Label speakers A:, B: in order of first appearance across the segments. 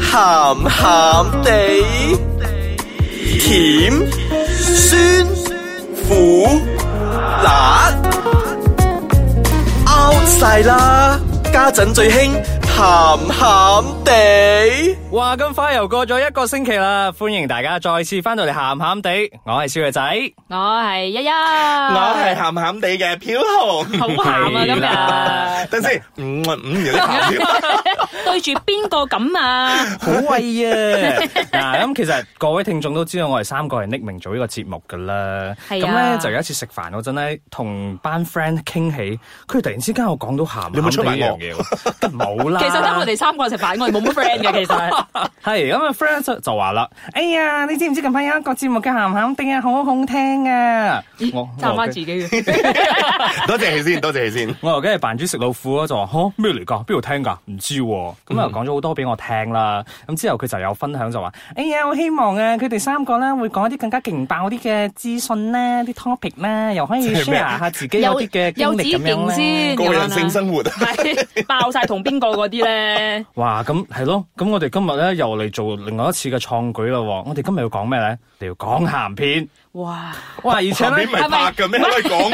A: 鹹鹹地，甜酸苦辣 out 晒啦！家陣最興鹹鹹地。
B: 哇！咁快又過咗一個星期啦，歡迎大家再次翻到嚟鹹鹹地，我係小嘅仔，
C: 我係一一，
A: 我
C: 我
A: 啊係鹹鹹地嘅飄 紅。
C: 好鹹啊！
A: 等先，唔唔有啲鹹添。
C: 今日對住邊個咁啊？
B: 好威啊！ 嗱，咁其實各位聽眾都知道我哋三個係匿名做呢個節目噶啦，咁
C: 係
B: 咧、
C: 啊
B: 就有一次食飯嗰陣咧，同班 friend 傾起，佢突然之間我講到鹹
A: 你有冇出
B: 鹹地
A: 埋
B: 一樣
A: 我
B: 嘢喎，冇啦。
C: 其實得我哋三個食飯，我哋冇乜 friend 嘅，其實
B: 係咁啊，friend 就就話啦，哎呀，你知唔知近排有一個節目嘅鹹鹹地啊，好好聽啊！我
C: 讚翻自己嘅。
A: 多謝你先，多謝你先。
B: 我又梗係扮豬食老虎咯，就話嚇咩嚟㗎？邊度聽㗎？唔知喎、咁啊講咗好多俾我聽啦。咁之後佢就有分享就話：哎呀，我希望啊，佢哋三個咧會講一啲更加勁爆啲嘅資訊啦，啲 topic 啦，又可以
A: 係咩
B: share
A: 啊
B: 下自己有啲嘅經
C: 幼稚
B: 歷咁樣
C: 勁
B: 咧。
C: 先，
A: 個人性生活。
C: 係爆晒同邊個嗰啲咧？
B: 哇！咁係咯，咁我哋今日咧又嚟做另外一次嘅創舉啦喎。我哋今日要講咩咧？你要講鹹片。
C: 哇！
B: 哇！而且
A: 鹹
B: 咧
A: 片唔。係拍嘅咩？可以 講。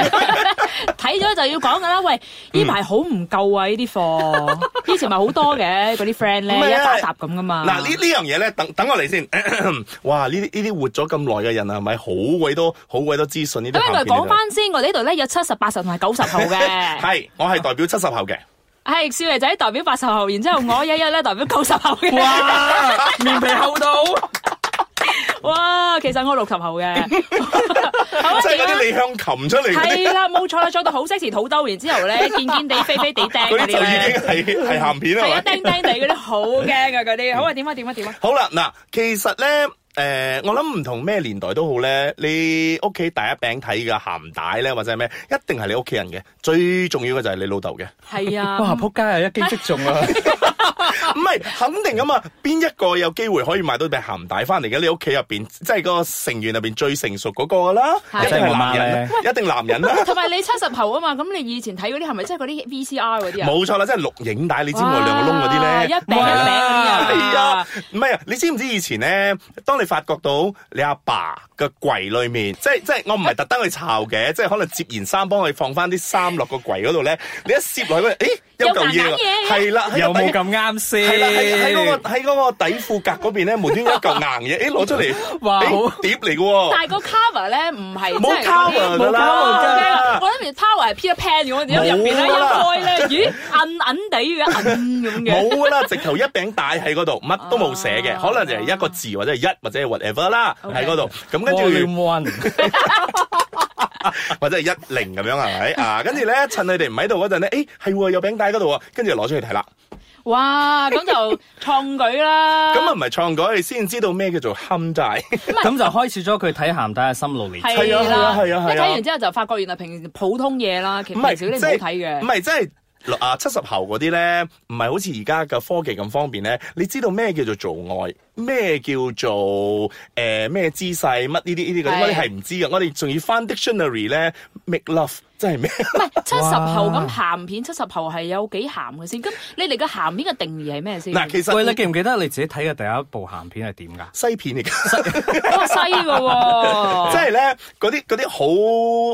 C: 睇咗就要講噶啦，喂！呢排好唔夠啊，呢啲貨，以前咪好多嘅嗰啲 friend 咧，
A: 唔係啊
C: 一沓沓咁噶嘛。
A: 嗱呢呢樣嘢咧，等等我嚟先。 哇！呢啲呢啲活咗咁耐嘅人啊，係咪好鬼多好鬼多資訊呢啲
C: 咁
A: 鹹
C: 我
A: 片
C: 哋
A: 嚟㗎
C: 講翻先，我哋呢度咧有七十、八十同埋九十後 嘅，
A: 係，我係代表七十後嘅。
C: 係少爺仔代表八十後，然之後我一一咧代表九十後 嘅。
B: 哇！面皮厚到，
C: 哇，其實我六十後嘅，好啊
A: 即係嗰啲李香琴出嚟嗰啲，
C: 哦係啦，啊冇錯啦，着到好 sexy 肚兜，然之後咧健健地、飛飛地釘
A: 嗰
C: 嗰
A: 啲
C: 啲
A: 就
C: 咧，
A: 已經係係鹹片啦
C: 係
A: 係
C: 啊，
A: 咪。
C: 釘釘地嗰啲好驚啊嗰啲，好啊，點啊點啊點啊，
A: 好啦，嗱，其實咧，诶、我諗唔同咩年代都好咧，你屋企第一餅睇嘅鹹帶咧，或者係咩，一定係你屋企人嘅。最重要嘅就係你 老豆嘅，
C: 係
B: 哇！
C: 啊，
B: 仆街啊，一擊即 中啊！
A: 唔係肯定噶嘛。邊一個有機會可以買到隻鹹帶翻嚟嘅？你屋企入边，即係個成員入边最成熟嗰個啦，
C: 係
A: 一定係男人啦，一定男人 啦。
C: 同埋你七十後啊嘛，咁你以前睇嗰啲係咪即係嗰啲 VCR 嗰啲啊？
A: 冇錯啦，即係錄影帶，你知我兩個窿嗰啲咧
C: 啊哇一。餅一 餅嗰啲
A: 係啊
C: 啊，，
A: 唔係啊，你知唔知以前咧？當你發覺到你阿爸嘅櫃裏面，即係即係我唔係特登去摷嘅，即 係可能接完衫幫佢放翻啲衫落個櫃嗰度咧，你一攝落去嗰陣，咦有嚿
C: 有
A: 嘢喎
C: 硬嘢
A: 係啦，喺個
B: 有冇
A: 底
B: 咁啱先？
A: 係啦，喺喺嗰個喺嗰個底褲格 嗰邊咧，無端端有一嚿硬嘢，誒攞出嚟，
B: 哇
A: 咦
B: 好
A: 碟嚟嘅喎
C: 但。係個 cover 咧唔係即係
A: 冇
C: 嗰啲
A: cover 㗎啦
C: 冇 cover 㗎我諗住 power 係 Peter Pan 咁，點解入邊咧一開咧，咦銀銀 地嘅銀咁嘅。
A: 冇啦，直頭一餅帶喺嗰度，乜都冇寫嘅，
C: 啊
A: 可能就係一個字或者係一或者係 whatever 啦，
C: OK
A: 喺嗰度。咁跟住
B: Volume。One
A: 或者係一零咁樣係咪啊？跟住咧，趁佢哋唔喺度嗰陣咧，誒係喎有餅帶嗰度喎，跟住就攞出去睇啦。
C: 哇，咁就創舉啦。
A: 咁啊唔係創改，你先知道咩叫做冚 帶。
B: 咁就開始咗佢睇鹹帶嘅心路歷程。
A: 係啊係啊係啊係啊
C: 你睇完之後就發覺原來平時普通嘢啦，其
A: 唔
C: 實
A: 係
C: 平時你唔好睇
A: 唔
C: 嘅。
A: 係即係。啊，七十後嗰啲咧，唔係好似而家嘅科技咁方便咧。你知道咩叫做做愛，咩叫做誒咩、姿勢，乜呢啲呢啲嗰啲，
C: 係
A: 我哋係唔知嘅。我哋仲要翻 dictionary 咧，make love 即係咩？
C: 唔係七十後
B: 哇
C: 咁鹹片，七十後係有幾鹹嘅先？咁你哋嘅鹹片嘅定義係咩先？
A: 嗱，其
B: 喂，你
A: 實
B: 記唔記得你自己睇嘅第一部鹹片係點㗎？
A: 西片嚟㗎。
C: 哇西嘅
A: 即
C: 喎，
A: 係咧嗰啲嗰啲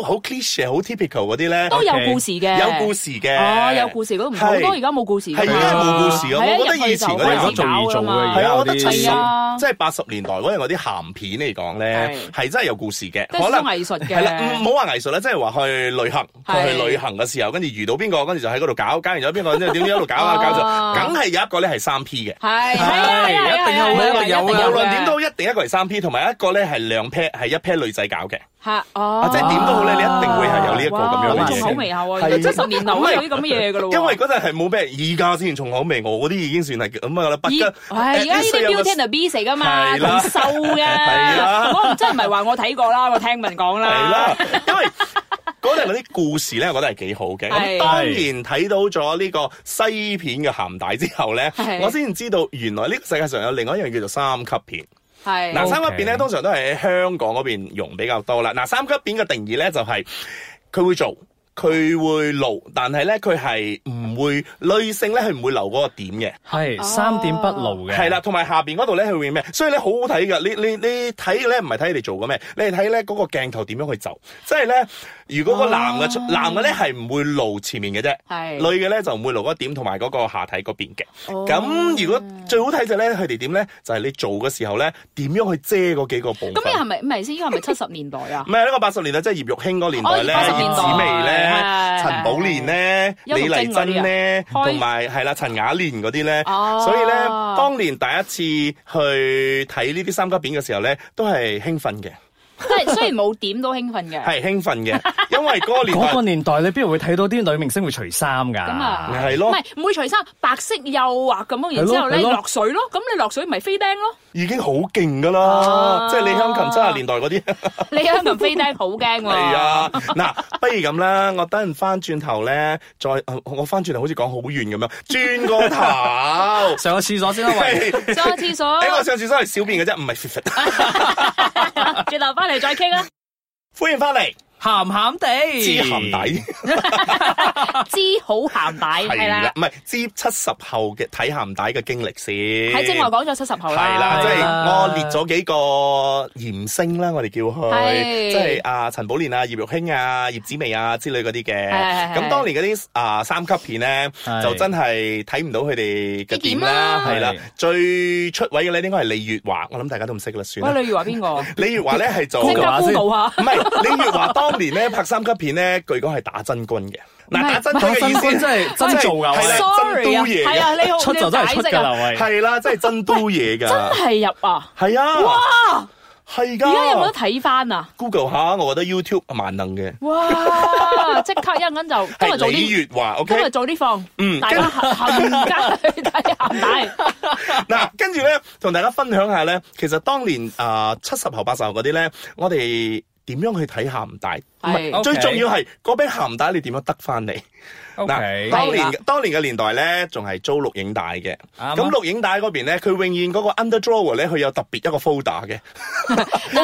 A: 好好 cliche、好 typical 嗰啲咧，
C: 都有
B: OK，
C: 故事嘅，
A: 有故事嘅
C: 哦，有故事嗰度唔好
A: 係
C: 多，而家冇故事㗎嘛。
A: 係而家冇故事㗎
C: 係啊
A: 我覺得
C: 入去
A: 以前
C: 就
A: 嗰啲
C: 開始
B: 做而做嘅
C: 搞㗎
B: 而
C: 嘛
B: 家
A: 係啊，
B: 有
A: 我覺得
B: 啲
A: 七十
C: 係啊
A: 即係八十年代嗰陣嗰啲鹹片嚟講咧，係真係有故事嘅，
C: 跟住
A: 可能
C: 藝術嘅
A: 係啦，唔唔好話藝術啦，即係話去旅行，
C: 係
A: 去旅行嘅時候，跟住遇到邊個，跟住就喺嗰度搞，搞完咗邊個，跟住點樣一路搞啊
C: 哦
A: 搞就，梗係有一個咧係三 P 嘅。
C: 係係啊係啊，
B: 一定有
C: 係啊
B: 有
C: 係啊
A: 無
B: 有
C: 係
A: 論
C: 啊
A: 點都一定一個係三 P，同埋一個咧係兩 pair，係一 pair 女仔搞嘅。
C: 嚇哦
A: 啊，即係點都好咧你一定會係有呢一個咁樣
C: 哇
A: 嘅嘢
C: 好重口味下喎，
A: 係
C: 原來七十年代都有啲咁嘅嘢㗎咯喎。
A: 因為嗰陣係冇咩，而家先重口味，我嗰啲已經算係咁啊啦，不
C: 咦
A: 得。
C: 唉，而家呢
A: 誒
C: 啲
A: 有個
C: Beauty and the Beast 嚟噶嘛，
A: 係啦
C: 咁瘦嘅
A: 係啦，
C: 我唔真係唔係話我睇過啦，我聽聞講
A: 係
C: 啦，
A: 啦， 因為嗰陣嗰啲故事咧，我覺得係幾好嘅。咁
C: 係
A: 當然睇到咗呢個西片嘅鹹帶之後咧
C: 係，
A: 我先知道原來呢個世界上有另外一樣叫做三級片。
C: 係
A: 嗱，
B: OK
A: 三級片咧通常都係喺香港嗰邊用比較多啦。嗱，三級片嘅定義咧就係佢會做，佢會露，但係咧佢係唔會女性咧係唔會留嗰個點嘅。
B: 係
C: 哦
B: 三點不勞嘅，
A: 係啦，同埋下邊嗰度咧，佢會咩？所以咧好好睇噶。你你你睇咧，唔係睇你哋做嘅咩？你係睇咧嗰個鏡頭點樣去就。即係咧，如果個男嘅出、男嘅咧係唔會露前面嘅啫，
C: 哦係
A: 女嘅咧就唔會露嗰點同埋嗰個下體嗰邊嘅。
C: 哦
A: 咁、如果最好睇就咧，佢哋點咧？就係、你做嘅時候咧，點樣去遮嗰幾個部分。
C: 咁你係咪唔係先？依個係咪七十年代啊
A: 唔？係呢個八十年代，即係葉玉卿嗰個年代咧，
C: 哦80
A: 葉
C: 年代
A: 子楣咧、
C: 係
A: 陳寶蓮咧、
C: 邱淑
A: 李麗珍咧，
C: 嗰啲啊
A: 同埋係啦陳雅蓮嗰啲咧，
C: 哦
A: 所以咧，當年第一次去睇呢啲三級片嘅時候咧，都係興奮嘅，
C: 即係雖然冇點都興奮嘅。
A: 係興奮 嘅，因為嗰個年
B: 嗰個
A: 代
B: 年代你邊度會睇到啲女明星會除衫㗎？
C: 咁啊
A: 係
C: 唔
A: 咯，
C: 係唔會除衫，白色又畫咁樣，然之後咧
B: 係咯
C: 落水咯，咁你落水咪
B: 。
C: 飛釘咯？
A: 已經好勁噶啦
C: 啊，
A: 即係李香琴七十年代嗰啲。
C: 你香港飛釘好驚喎。
A: 係啊，嗱，不如咁啦，我等陣翻轉頭咧，再呃我翻轉頭好似講好遠咁樣，轉個 頭
B: 上個廁所先啦，喂。
A: 喂
C: 上個 廁所，
A: 喺我上次真係小便嘅啫，唔係
C: 啊轉頭翻嚟再 傾啦。
A: 歡迎翻嚟，
B: 鹹鹹地，
A: 知鹹。底
C: 知好鹹帶係
A: 係啦
C: 啦，，
A: 唔係知七十後嘅睇鹹底嘅經歷先。
C: 喺正話講咗七十後
A: 係
C: 啦，
A: 啦，即係
B: 係啦
A: 我列咗幾個鹽星啦，我哋叫佢，
C: 係
A: 即係啊陳寶蓮啊、葉玉卿啊、葉子楣啊之類嗰啲嘅。
C: 係係係
A: 咁當年嗰啲啊三級片咧，
B: 係
A: 就真係睇唔到佢哋嘅點
C: 啊
A: 啦，
B: 啲
A: 係
B: 點
A: 啦
B: 啦。
A: 最出位嘅咧，應該係李月華，我諗大家都唔識啦，算啦。
C: 喂，你以為邊 個？
A: 李月華咧係做
C: 即刻
B: Google 下先
C: Google 下
A: 唔。係李月華當年咧拍三級片咧，據講係打真軍嘅。
C: 唔
A: 嗱，打
C: 係
A: 真軍
B: 打
A: 嘅
B: 真
A: 意思
B: 軍真係真做㗎，
A: 係啦
B: 喂
C: Sorry 啊，
A: 真都嘢嘅
C: 係啊，你好
B: 出就真係出㗎啦，，
C: 你要解釋啊
B: 喂。
A: 係啦，真係真都嘢㗎，
C: 真係入啊！
A: 係啊，
C: 哇，
A: 係
C: 而家有冇得
A: 㗎。
C: 睇 翻啊？
A: Google 下，我覺得 YouTube 萬能嘅，
C: 哇！即刻一陣間就今
A: 係
C: 日早
A: 李
C: 啲，
A: 月華。
C: 今日
A: OK，
C: 早啲放，
A: 嗯
C: 大家 冚家去睇鹹帶，
A: 嗱，跟住咧同大家分享下咧，其實當年啊七十後八十後嗰啲咧，我哋點樣去睇鹹帶？
C: 係
B: 我 OK
A: 最重要係嗰餅鹹帶你點樣得翻嚟？嗱，
B: OK
A: 當年
C: 係啦
A: 當年嘅年代咧，仲係租錄影帶嘅。
B: 啊
A: 咁錄影帶嗰邊咧，佢永遠嗰個 under drawer 咧，佢有特別一個 folder 嘅。
B: 係啊
C: 嗱如果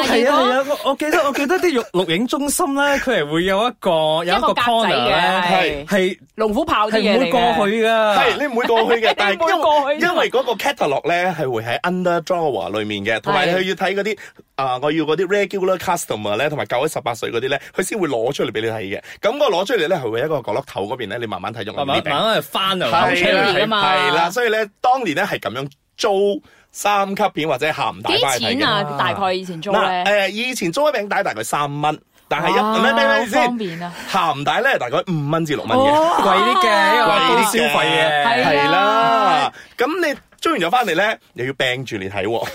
B: 係 啊，我我記得我記得啲錄錄影中心咧，佢係會有一個有一
C: 一個
B: 個
C: 格仔
B: corner 咧，
C: 嘅，
B: 係
C: 龍虎豹啲
B: 係
C: 嘢
B: 唔會
C: 嚟嘅
B: 過。去噶。
A: 係你唔會過 去嘅，但
C: 你唔會過
A: 係
C: 去
A: 因為因為嗰個 catalog 咧係會喺 under drawer 裏面嘅，同埋
C: 係
A: 佢要睇嗰啲啊，我要嗰啲 regular customer 咧，同埋夠喺十八歲嗰啲咧，佢先會攞出嚟俾你睇嘅。咁我攞出嚟咧，係會喺一個角落頭嗰邊咧，你慢慢睇咗我
B: 慢慢
A: 呢邊
B: 慢。慢係翻嚟
C: 係
B: 流
C: 啦
B: 出嚟
C: 啊嘛
A: 係啦，所以咧，當年咧係咁樣租三級片或者鹹帶
C: 幾
A: 翻去睇
C: 錢
A: 嘅。
C: 啊
B: 啊？
C: 大概以前租
A: 嗱，
C: 咧，
A: 誒以前租一餅帶大概三蚊，但係
C: 哇
A: 一咩咩咩
C: 好方
A: 先
C: 便啊！哦
A: 鹹帶咧大概五蚊至六蚊嘅，
B: 貴啲嘅，因為高消費嘅。
C: 係啊
A: 係啦。咁你租完咗翻嚟咧，又要病住嚟 睇喎。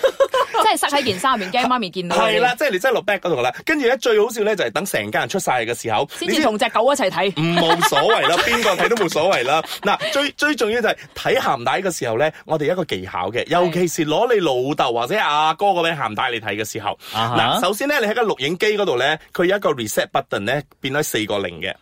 C: 即係塞喺件衫入面，驚媽咪見到。
A: 係啦，，即係你真係落 back 嗰度啦。跟住咧最好笑咧就係等成家人出晒嘅時候，
C: 先
A: 你
C: 至同只狗一齊睇。
A: 唔冇所謂啦，邊個睇都冇所謂 啦。嗱，最最重要就係睇鹹帶嘅時候咧，我哋有一個技巧嘅，尤其是攞你老豆或者阿哥嗰餅鹹帶嚟睇嘅時候，
B: 啊
A: 嗱、
B: 哈
A: 首先咧你喺個錄影機嗰度咧，佢有一個 reset button 咧，變咗四個零嘅，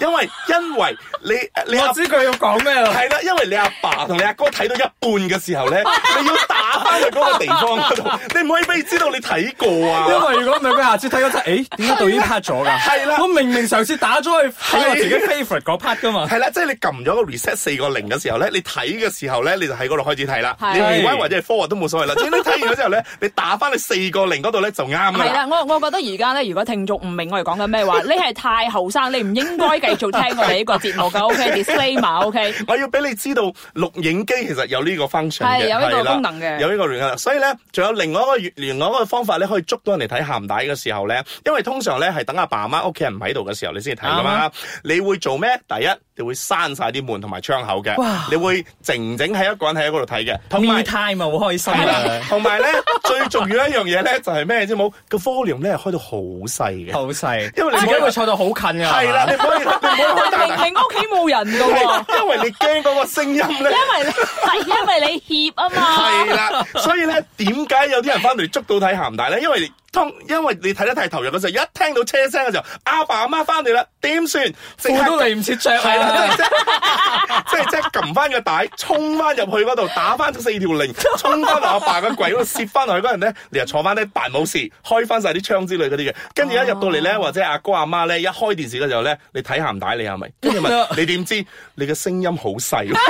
A: 因為因為你你阿
B: 我知佢要講咩啦。
A: 係啦，因為你阿爸同你阿哥睇到一半嘅時候 咧，你要打翻去嗰個地方嗰度，你唔可以俾佢知道你睇 過啊。
B: 因為如果唔係佢下次睇嗰陣，誒點解導演 part 咗㗎？
A: 係啦
B: 我明明上次打咗去睇我自己 favourite 嗰 part 㗎 嘛。
A: 係啦，即係你撳咗個 reset 四個零嘅時候咧，你睇嘅時候咧，你就喺嗰度開始睇啦。
C: 係
A: 你 rewind 或者係 forward 都冇所謂啦。 即係你睇完咗之後咧，你打翻你四個零嗰度咧就啱啦。
C: 係啦，我我覺得而家咧，如果聽眾唔明我哋講緊咩 話，你係太後生，你唔應該繼續聽我哋呢個節目噶。OK，disclaimer，OK，
A: 我要俾你知道錄影機其實有呢個 function 嘅，
C: 係有呢個
A: 係啦
C: 功能嘅
A: 有呢個功能。所以咧，仲有另外一個原另外一個方法咧，可以捉到人哋睇鹹帶嘅時候咧，因為通常咧係等阿爸阿媽屋企人唔喺度嘅時候，你先至睇噶
B: 啱
C: 啊
A: 嘛。你會做咩？第一，你會閂晒啲門同埋窗口嘅
B: 哇，
A: 你會靜靜喺一個人喺嗰度睇嘅，同埋
B: Me。time 啊，好開心
A: 係
B: 啊
A: 啦，，同埋咧最重要一樣嘢咧就係咩知冇？個 volume 咧係開到好細嘅，
B: 好細，
A: 因為你
B: 自己會坐到好近㗎。
A: 係啦，你唔 可以你唔可以開大
C: 但明
A: 大
C: 明屋企冇人噶喎，
A: 係，因為你驚嗰個聲音咧。
C: 因為係因為你怯啊嘛。
A: 係啦，所以咧，點解有啲人翻嚟捉到睇鹹帶咧？因為通，因為你睇得太投入嗰陣，一聽到車聲嘅時候，阿爸阿媽翻嚟啦，點算？即刻
B: 褲都嚟唔切着
A: 係
B: 啊！
A: 啦，即係即係即係撳翻個帶，衝翻入去嗰度，打翻四條零，衝翻落阿爸個櫃嗰度，攝翻落去嗰人咧，你又坐翻咧扮冇事，開翻晒啲窗之類嗰啲嘅。跟住一入到嚟
C: 哦
A: 咧，或者阿哥阿媽咧，一開電視嘅時候咧，你睇鹹帶你係咪？跟住問 你點知？你嘅聲音好細。
C: 啊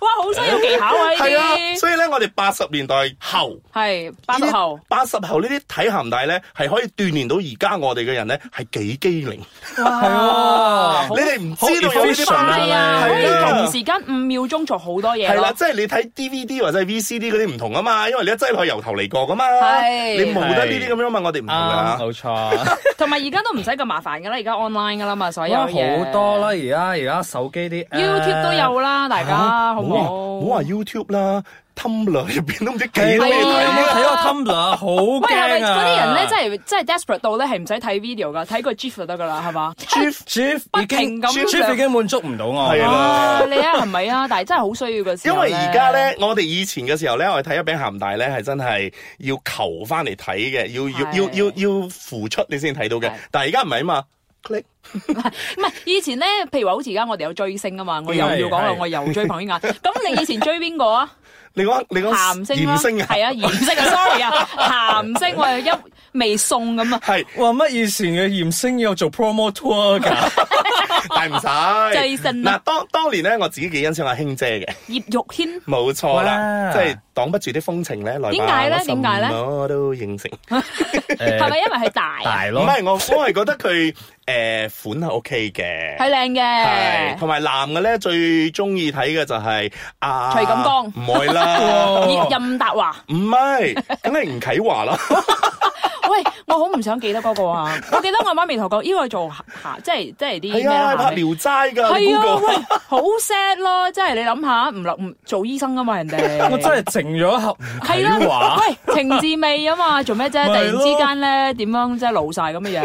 C: 哇，好需要技巧啊！呢
A: 係啊，
C: 啲
A: 所以咧，我哋八十年代後。
C: 係八十後，
A: 八十後呢啲睇鹹帶咧，係可以鍛鍊到而家我哋嘅人咧係幾機靈。
B: 係喎。
A: 你哋唔知道有呢啲
B: efficient 啊
A: 版
C: 係啊，可以
A: 係啦
C: 同時間五秒鐘做好多嘢
A: 係啦，
C: 咯。
A: 即係你睇 DVD 或者係 VCD 嗰啲唔同啊嘛，因為你一真係由頭嚟過噶嘛，
C: 係
A: 你冇得呢啲咁樣嘛，我哋唔同
B: 啱，
A: 噶。
B: 冇錯。
C: 同埋而家都唔使咁麻煩噶啦，而家 online 噶啦嘛，所有
B: 哇，
C: 嘢
B: 好多啦！。而家而家手機啲
C: YouTube 都有啦，大啊家好唔
A: 話
C: 好？
A: 唔好話 YouTube 啦，Tumblr 入邊都唔知幾多
B: 係
A: 嘢
B: 我
A: 睇。
C: 啊
B: 睇個 Tumblr 好
C: 喂，係咪
B: 驚啊！
C: 嗰啲人咧，真係真係 desperate 到咧，係唔使睇 video 噶，睇個 GIF 就得噶啦，係嘛？
B: Chief Chief 已經
C: 不停咁
B: Chief 已經滿足唔到我。
A: 係啦
C: 啊，你啊係咪啊？但係真係好需要嘅時
A: 因
C: 候
A: 為而家，咧，我哋以前嘅時候咧，我哋睇一餅鹹帶咧，係真係要求翻嚟睇嘅，要要
C: 係
A: 要要要付出你先睇到嘅
C: 係。
A: 但係而家唔係啊嘛，click
C: 唔係以前咧，譬如話好似而家我哋有追星啊嘛，我又
B: 係
C: 要講啦
B: 係，
C: 我又追彭于晏。咁你以前追邊個啊？
A: 你講你講
C: 鹹星啦，
A: 鹽星啊，
C: 係啊，鹽星啊，sorry 啊，鹹星我又一未送咁啊，
A: 係，
B: 哇！乜以前嘅炎星有做 promo tour 㗎？
A: 但係唔 使。
C: Jason 啊
A: 嗱，當當年咧，我自己幾欣賞阿卿姐嘅。
C: 葉玉軒。
A: 冇錯
B: 哇
A: 啦，即係擋不住啲風情咧，來吧
C: 點解咧點解咧
A: 我什麼都應承。
C: 係咪
B: 誒
C: 因為佢大啊？
B: 大
A: 唔
B: 咯？
A: 係我，我係覺得佢诶款係 OK 嘅，
C: 佢靚
A: 係
C: 嘅，
A: 同埋男嘅咧最中意睇嘅就係啊
C: 徐錦江
A: 唔係啦，
C: 葉任達華。
A: 唔係，梗係吳啟 華啦，
C: 喂，我好唔想記得嗰個啊！我記得我媽咪同我講，呢個做下，即係即係啲咩
A: 係啊，
C: 啦下
A: 拍
C: 面
A: 聊齋㗎，你
C: 係
A: 估
C: 啊，
A: 過
C: 喂，好 sad 咯！即係你諗下，唔落唔做醫生啊嘛，人哋
B: 我真係靜咗一盒
C: 係
B: 睇
C: 啦
B: 話，。
C: 喂，情字未啊嘛，做咩啫？突
B: 咪
C: 然
B: 咯
C: 之間咧，點樣即係老晒咁嘅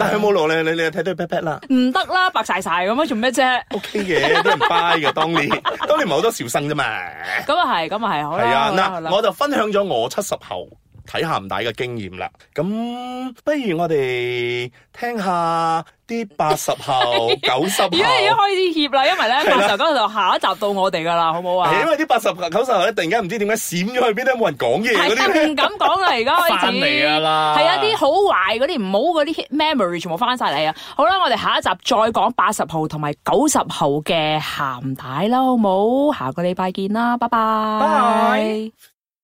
A: 但係
C: 樣？
A: 冇路咧，你你睇到 pat pat 啦。
C: 唔得啦，白晒晒咁啊，做咩啫？
A: OK 嘅，啲人 buy 嘅，當年當年唔係好多小生啫嘛。
C: 咁啊係，咁啊係，好
A: 係
C: 啦，
A: 啊，
C: 好啦好啦
A: 嗱，我就分享咗我七十後睇鹹帶嘅經驗啦。咁不如我哋聽下啲八十 後、九十後，
C: 而家已經
A: 係哎
C: 開始怯啦，因為咧，八十嗰度下一集到我哋噶啦，好唔好啊？
A: 因為啲八十後、九十後咧，突然間唔知點解閃咗去邊咧，冇人講嘢嗰啲
C: 係
A: 咧
C: 唔。敢講啊啦，而家開
B: 翻
C: 始
B: 嚟㗎啦
C: 係啊，啲好壞嗰啲唔好嗰啲 memory 全部翻晒嚟啊！好啦，我哋下一集再講八十號同埋九十號嘅鹹帶啦，好冇？下個禮拜見啦，拜拜。
B: 拜